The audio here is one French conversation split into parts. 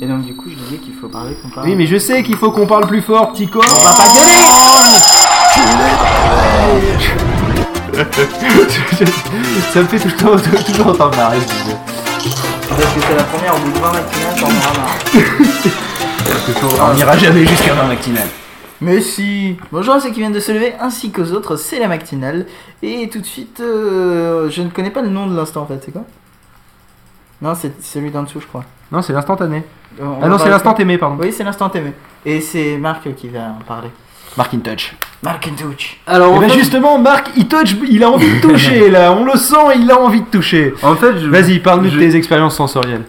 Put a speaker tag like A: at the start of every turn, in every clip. A: Et donc, du coup, je disais qu'il faut parler qu'on parle.
B: Oui, mais je sais qu'il faut qu'on parle plus fort, petit corps. On va pas gueuler Ça me fait tout le temps, toujours entendre la règle.
A: Parce que c'est la première, au bout de 20 matinales, t'en auras marre.
B: On n'ira jamais jusqu'à 20 matinale.
A: Mais si Bonjour à ceux qui viennent de se lever ainsi qu'aux autres, c'est la matinale. Et tout de suite, euh, je ne connais pas le nom de l'instant en fait, c'est quoi Non, c'est celui d'en dessous, je crois.
B: Non, c'est l'instantané.
A: Euh, on
B: Ah
A: va
B: non, c'est
A: parler-
B: l'instant aimé, pardon.
A: Oui, c'est l'instant aimé. Et c'est Marc qui va en parler.
B: Mark in touch.
A: Marc and Touch.
C: Alors,
B: Et
C: en
B: Eh ben
C: fait,
B: justement, Marc, il touch, il a envie de toucher là, on le sent, il a envie de toucher.
C: en fait, je.
B: Vas-y, parle-nous de
C: Je-
B: tes expériences sensorielles.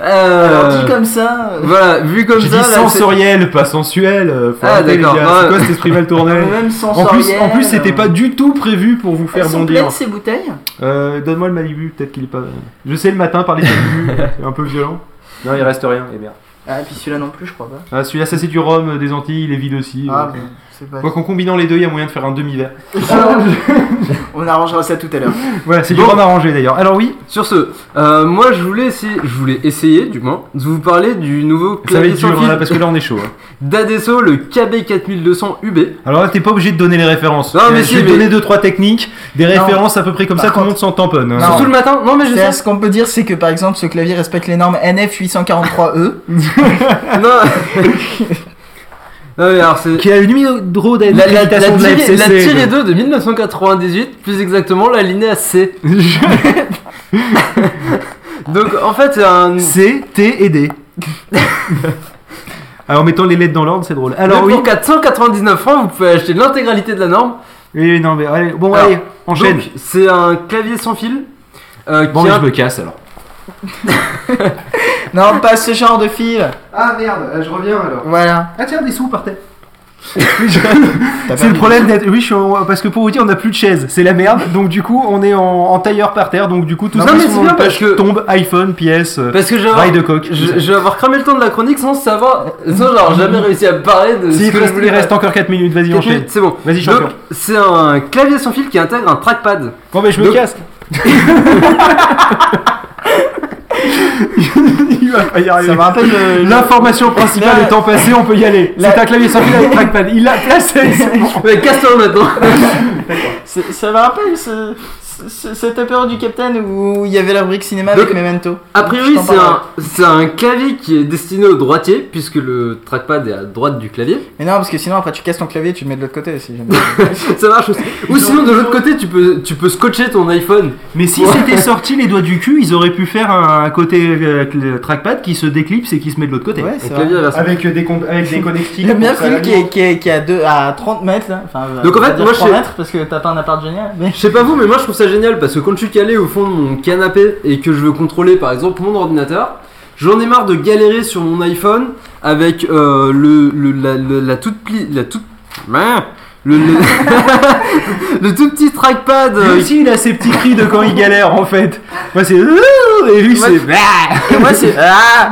C: Euh,
A: Alors, dit comme ça. euh,
C: Voilà, vu comme
B: J'ai dit
C: ça, là, c'est-
B: sensoriel, pas sensuel. euh, faut
C: Ah,
B: arrêter, les
C: d'accord,
B: gars,
C: bah,
B: C'est quoi cet esprit mal tourné
A: euh, Même
B: En plus,
A: sensoriel,
B: en plus, c'était
A: euh,
B: pas du tout prévu pour vous faire
A: Elles sont
B: bondir.
A: pleines ces bouteilles
B: Euh, Donne-moi le Malibu, peut-être qu'il est pas. Je sais le matin par les Malibu, c'est un peu violent. Non, il reste rien, et merde.
A: Ah, et puis celui-là non plus, je crois pas.
B: Ah, celui-là, ça c'est du rhum, euh, des Antilles, il est vide aussi.
A: Ah,
B: euh.
A: bon, c'est pas.
B: Quoi qu'en combinant les deux, il y a moyen de faire un demi-verre.
A: on arrangera ça tout à l'heure.
B: Voilà, c'est du
C: Bon.
B: rhum arrangé d'ailleurs. Alors oui,
C: Sur ce, euh, moi je voulais essayer, je voulais essayer du moins de vous parler du nouveau
B: ça va
C: clavier
B: être
C: sans
B: dur hein,
C: fil
B: là, parce que là on est chaud. hein.
C: d'Adesso, le KB4200UB.
B: Alors là, t'es pas obligé de donner les références.
C: Non, mais
B: Euh,
C: si,
B: je vais te
C: mais-
B: donner deux trois techniques, des
A: Non.
B: références à peu près comme
A: Par
B: ça, tout le monde s'en tamponne. hein.
A: Non.
C: Surtout le matin Non mais je
A: C'est-
C: sais.
A: Ce qu'on peut dire, c'est que par exemple, ce clavier respecte les normes NF 843E.
C: non. Non, mais alors c'est.
B: Qui a le numéro
C: La, la, la,
B: d'accréditation de la
C: tirée- la
B: FCC,
C: tirée 2 de 1998, plus exactement la linéa C.
B: E
C: Donc en fait c'est un.
B: C, T et D. Alors, en mettant les lettres dans l'ordre, c'est drôle. Alors,
C: Alors
B: oui.
C: pour 499 francs, vous pouvez acheter l'intégralité de la norme.
B: Oui, non, mais allez, bon,
C: Alors,
B: allez, enchaîne.
C: Donc, C'est un clavier sans fil. euh,
B: bon,
C: qui
B: mais
C: a-
B: je me casse alors.
A: non, pas ce genre de fil.
B: Ah merde, je reviens alors.
A: Voilà.
B: Ah tiens, des sous par terre.
A: T'as
B: C'est
A: perdu.
B: le problème d'être. Oui, je suis en- parce que pour vous dire, on a plus de chaise, c'est la merde. Donc du coup, on est en, en tailleur par terre. Donc du coup, tout
C: Non,
B: ça
C: mais
B: qui
C: c'est
B: sont dans
C: bien
B: le
C: parce
B: page
C: que-
B: tombe iPhone, pièce, euh,
C: Parce que j'ai
B: rail de coque.
C: Je, je vais avoir cramé le temps de la chronique sans savoir, sans genre jamais réussi à me parler de
B: Mm-hmm. Si,
C: ce
B: il
C: que je
B: reste, il
C: voulais
B: reste encore 4 minutes, vas-y,
C: Quatre
B: enchaîne.
C: minutes, C'est bon.
B: Vas-y, champion.
C: Donc c'est un clavier sans fil qui intègre un trackpad.
B: Bon, mais je me
C: donc-
B: casse. il va pas y
A: Ça
B: arriver.
A: me rappelle
C: euh,
A: le- le-
B: L'information principale
A: Là-
B: étant passée, on peut y aller.
A: Là-
B: C'est un clavier sans fil avec trackpad. Il l'a placé. c'est bon.
C: Ouais, casse-toi maintenant.
A: C'est- Ça me rappelle ce- ce- ce- cette période du Captain où il y avait la rubrique cinéma
C: Donc,
A: avec Memento.
C: A
A: Je
C: priori
A: t'en
C: c'est
A: parlerai.
C: un, c'est un clavier qui est destiné au droitier puisque le trackpad est à droite du clavier.
A: Mais non, parce que sinon après tu casses ton clavier et tu le mets de l'autre côté si jamais.
C: Ça marche aussi. Ou
A: ont-
C: sinon de
A: ils
C: l'autre
A: ont-
C: côté tu peux, tu peux scotcher ton iPhone.
B: Mais si c'était sorti les doigts du cul, ils auraient pu faire un côté euh, le trackpad qui se déclipse et qui se met de l'autre côté.
A: ouais,
C: Ton
A: c'est
C: clavier
A: vrai. Ah,
C: à la-
B: Avec euh, des, avec des connectiques.
A: J'aime bien film qui est, qui est- qui est à, deux- à 30 mètres là. Enfin,
C: Donc, en
A: on va
C: fait,
A: dire
C: moi,
A: 3
C: je-
A: mètres parce que t'as pas un appart génial. Mais...
C: Je sais pas vous, mais moi je trouve ça génial parce que quand je suis calé au fond de mon canapé et que je veux contrôler par exemple mon ordinateur, j'en ai marre de galérer sur mon iPhone avec euh, le, le- la, le- la toute pli, la toute Mince. le, le- le tout petit trackpad. euh,
B: Lui aussi, il a ses petits cris de quand il galère en fait. Moi c'est. euh, Et lui
C: Moi,
B: c'est. bah,
C: et moi, c'est- Ah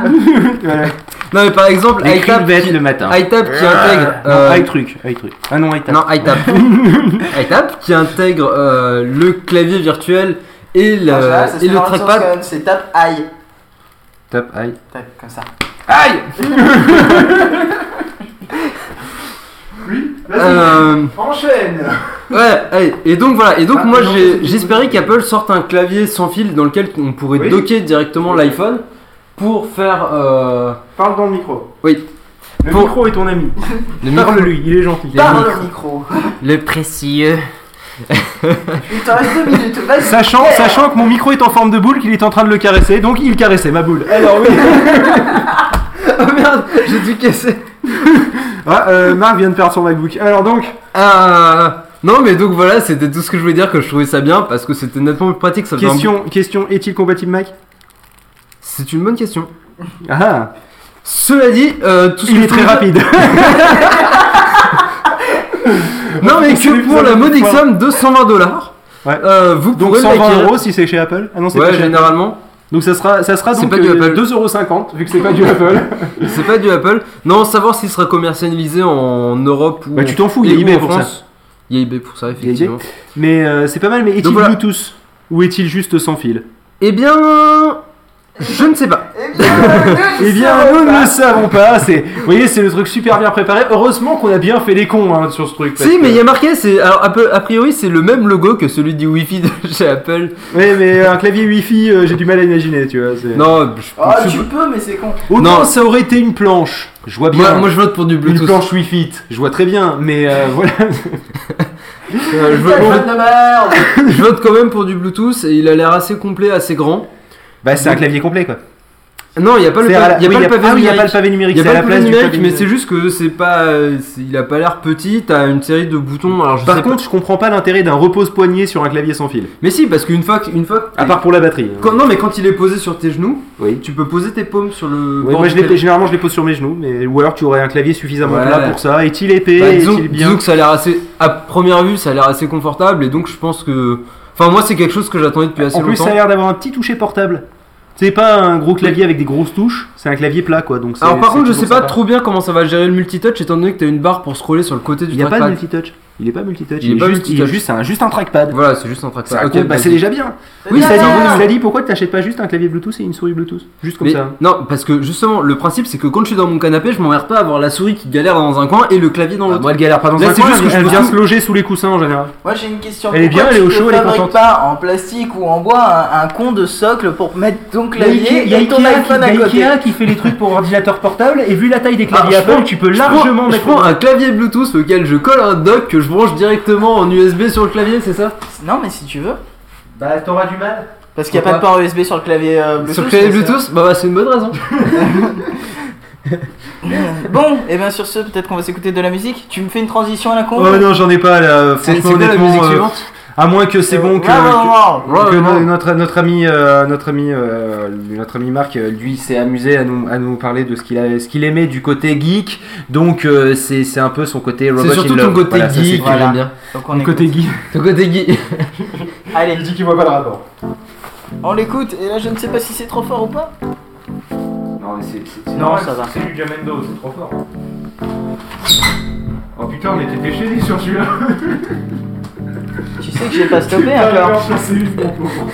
B: Voilà.
C: non mais par exemple
B: Les cris de
C: iTap
B: bête
C: qui,
B: le matin. Ah,
C: iTap qui intègre
B: Non,
C: euh,
B: high truc, high truc. Ah non, high tap.
C: non iTap iTap qui intègre euh, le clavier virtuel et le,
A: Ah,
B: Ah,
C: et euh, le trackpad.
A: C'est tape aïe.
B: Tap, high.
A: Tape comme ça.
C: Aïe Euh,
B: Enchaîne
C: Ouais, ouais, et donc voilà, et donc
B: Ah,
C: moi
B: non,
C: j'ai-
B: c'est-
C: j'espérais qu'Apple sorte un clavier sans fil dans lequel on pourrait
B: Oui.
C: docker directement l'iPhone pour faire euh,
B: Parle dans le micro.
C: Oui.
B: Le
C: Pour-
B: micro est ton ami.
C: les,
B: Parle-lui, il est gentil.
C: Les Parle.
A: au micro.
C: le précieux.
A: Il te reste 2 minutes. Vas-y.
B: Sachant, sachant que mon micro est en forme de boule, qu'il est en train de le caresser, donc il caressait ma boule.
C: Alors oui Oh merde, j'ai dû casser
B: Ah, euh, Marc vient de perdre son MacBook. Alors donc,
C: Euh, Non mais donc voilà, c'était tout ce que je voulais dire que je trouvais ça bien parce que c'était nettement plus pratique. Ça faisait un-
B: question, question est-il compatible Mac
C: C'est une bonne question.
B: Ah,
C: Cela dit, euh, tout ce
B: il
C: que
B: est
C: je
B: très
C: voulais
B: rapide.
C: dire- Non mais
B: C'est le
C: que pour
B: plus
C: la modique
B: important.
C: somme de 120 dollars, Euh,
B: Ouais.
C: vous
B: Donc
C: pourrez
B: 120
C: l'acquérir.
B: euros si c'est chez Apple. Ah non, c'est
C: Ouais,
B: pas chez Apple.
C: généralement.
B: Donc ça sera, ça sera
C: C'est
B: donc
C: pas du
B: euh,
C: Apple.
B: 2,50€ vu que c'est pas du Apple.
C: C'est pas du Apple. Non, savoir s'il sera commercialisé en Europe ou.
B: Bah, tu t'en fous,
C: et
B: il y a
C: ou
B: eBay
C: en
B: pour
C: France. Il y a eBay pour ça,
B: y a eBay.
C: effectivement.
B: Mais euh, c'est pas mal, mais est-il
C: Donc voilà.
B: Bluetooth Ou est-il juste sans fil
C: Eh bien. Je ne sais pas.
A: Eh bien,
B: Eh bien, nous ne le savons pas. C'est, vous voyez, c'est le truc super bien préparé. Heureusement qu'on a bien fait les cons hein, sur ce truc. parce
C: Si, mais
B: que-
C: il y a marqué, c'est alors a peu- a priori c'est le même logo que celui du Wi-Fi de chez Apple.
B: Ouais, mais un clavier Wi-Fi, euh, j'ai du mal à imaginer, tu vois. c'est-
C: Non, je,
A: Ah,
C: je-
A: tu peux, mais c'est con.
B: Autant
C: Non.
B: ça aurait été une planche. Je vois bien.
C: moi, moi, je vote pour du
B: une
C: Bluetooth.
B: planche Wi-Fi. Je vois très bien, mais euh, voilà.
C: Euh, je,
A: Putain,
C: vote,
A: jeune de merde
C: je vote quand même pour du Bluetooth et il a l'air assez complet, assez grand.
B: Bah, c'est un clavier complet quoi.
C: Non, il n'y a pas le
B: C'est à la-
C: pa- il y a
B: oui,
C: pas le pavé
B: ah oui, il y a pas
C: numérique.
B: le pavé numérique.
C: Il y a
B: c'est à
C: pas
B: la
C: le
B: place
C: pavé
B: du
C: numérique,
B: pavé
C: mais
B: numérique.
C: c'est juste que c'est pas, euh, c'est- il a pas l'air petit. T'as une série de boutons. Alors je sais
B: Par
C: pas-
B: contre, je comprends pas l'intérêt d'un repose poignet sur un clavier sans fil.
C: mais si, parce qu'une fois, que- une fois, que-
B: À part pour la batterie.
C: Quand- non, mais quand il est posé sur tes genoux,
B: Ah, Oui.
C: tu peux poser tes paumes sur le.
B: Ouais, moi,
C: bord du
B: je les,
C: clavier.
B: généralement, je les pose sur mes genoux, mais ou alors tu aurais un clavier suffisamment
C: Ouais.
B: plat pour ça. Est-il épais
C: Bah, disons,
B: Est-il bien
C: disons que ça a l'air assez. À première vue, ça a l'air assez confortable et donc je pense que. Enfin, moi, c'est quelque chose que j'attendais depuis assez
B: En plus, ça a
C: longtemps.
B: l'air d'avoir un petit toucher portable. C'est pas un gros clavier avec des grosses touches, c'est un clavier plat quoi. Donc c'est-
C: Alors,
B: c'est
C: par contre, je
B: toujours
C: sais pas
B: sympa.
C: trop bien comment ça va gérer le multitouch étant donné que t'as une barre pour scroller sur le côté du
B: Il n'y a pas de
C: trackpad.
B: multitouch. Il est pas multitouch.
C: Il est
B: est
C: pas
B: juste, il est
C: multitouch.
B: juste, c'est un, juste un trackpad.
C: Voilà, c'est juste un
B: C'est
C: trackpad.
B: un
C: Ok,
B: con- bah,
C: vas-y.
B: c'est déjà bien. Bah,
C: Oui,
B: Ça
C: ça
B: dit,
C: dit-
B: ça dit, pourquoi t'achètes pas juste un clavier Bluetooth et une souris Bluetooth Juste comme
C: Mais-
B: ça.
C: Non, parce que justement, le principe c'est que quand je suis dans mon canapé, je m'emmerde pas à avoir la souris qui galère dans un coin et le clavier dans
B: Bah,
C: l'autre.
B: moi, elle galère pas dans
C: Là,
B: un
C: c'est
B: coin,
C: juste que
B: elle,
C: je me
B: vient
C: trouve-
B: se loger sous les coussins en général.
A: Moi j'ai une question.
B: Elle est bien,
A: Pourquoi
B: elle est au
A: tu te
B: chaud, elle est
A: fabriques
B: contente.
A: pas en plastique ou en bois un, un con de socle pour mettre ton clavier
B: Il y a
A: et ton
B: Ikea qui-
A: iPhone à
B: il y a
A: côté.
B: Ikea qui fait les trucs pour ordinateur portable et vu la taille des claviers
C: Ah, je prends-
B: Apple, tu peux
C: Je prends-
B: largement
C: je
B: mettre.
C: prends un clavier Bluetooth auquel je colle un dock que je branche directement en USB sur le clavier, c'est ça
A: Non, mais si tu veux.
B: Bah, t'auras du mal.
A: Parce qu'il n'y a pas de port USB sur le clavier euh, Bluetooth.
C: Sur le clavier
A: donc
C: Bluetooth Bah, bah, c'est une bonne raison.
A: c'est- Bon, et bien sur ce, peut-être qu'on va s'écouter de la musique. Tu me fais une transition à la con
B: Oh non, j'en ai pas là.
C: C'est
B: Franchement,
C: quoi la musique
B: honnêtement, euh,
C: suivante
B: à moins que c'est bon que.
A: Wow, wow, wow.
C: Ouais,
B: que
C: ouais.
B: no- notre, notre ami, euh, notre, ami euh, notre ami Marc, euh, lui, s'est amusé à nous, à nous parler de ce qu'il a- ce qu'il aimait du côté geek. Donc, euh, c'est c'est un peu son côté robot
C: C'est
B: in
C: surtout
B: love.
C: ton côté
B: Voilà, ça, c'est
C: geek que
B: cool.
A: voilà.
C: j'aime bien.
A: Donc on écoute.
B: Côté geek.
C: Ton côté geek.
A: Allez,
B: dit qu'il voit pas le rapport.
A: on l'écoute. Et là, je ne sais pas si c'est trop fort ou pas.
B: Non, mais c'est- c'est.
A: Non, ça va.
B: C'est du Jamendo, c'est trop fort. Oh putain, on était déchaînés sur celui-là.
A: Tu sais que j'ai pas stoppé hein, encore.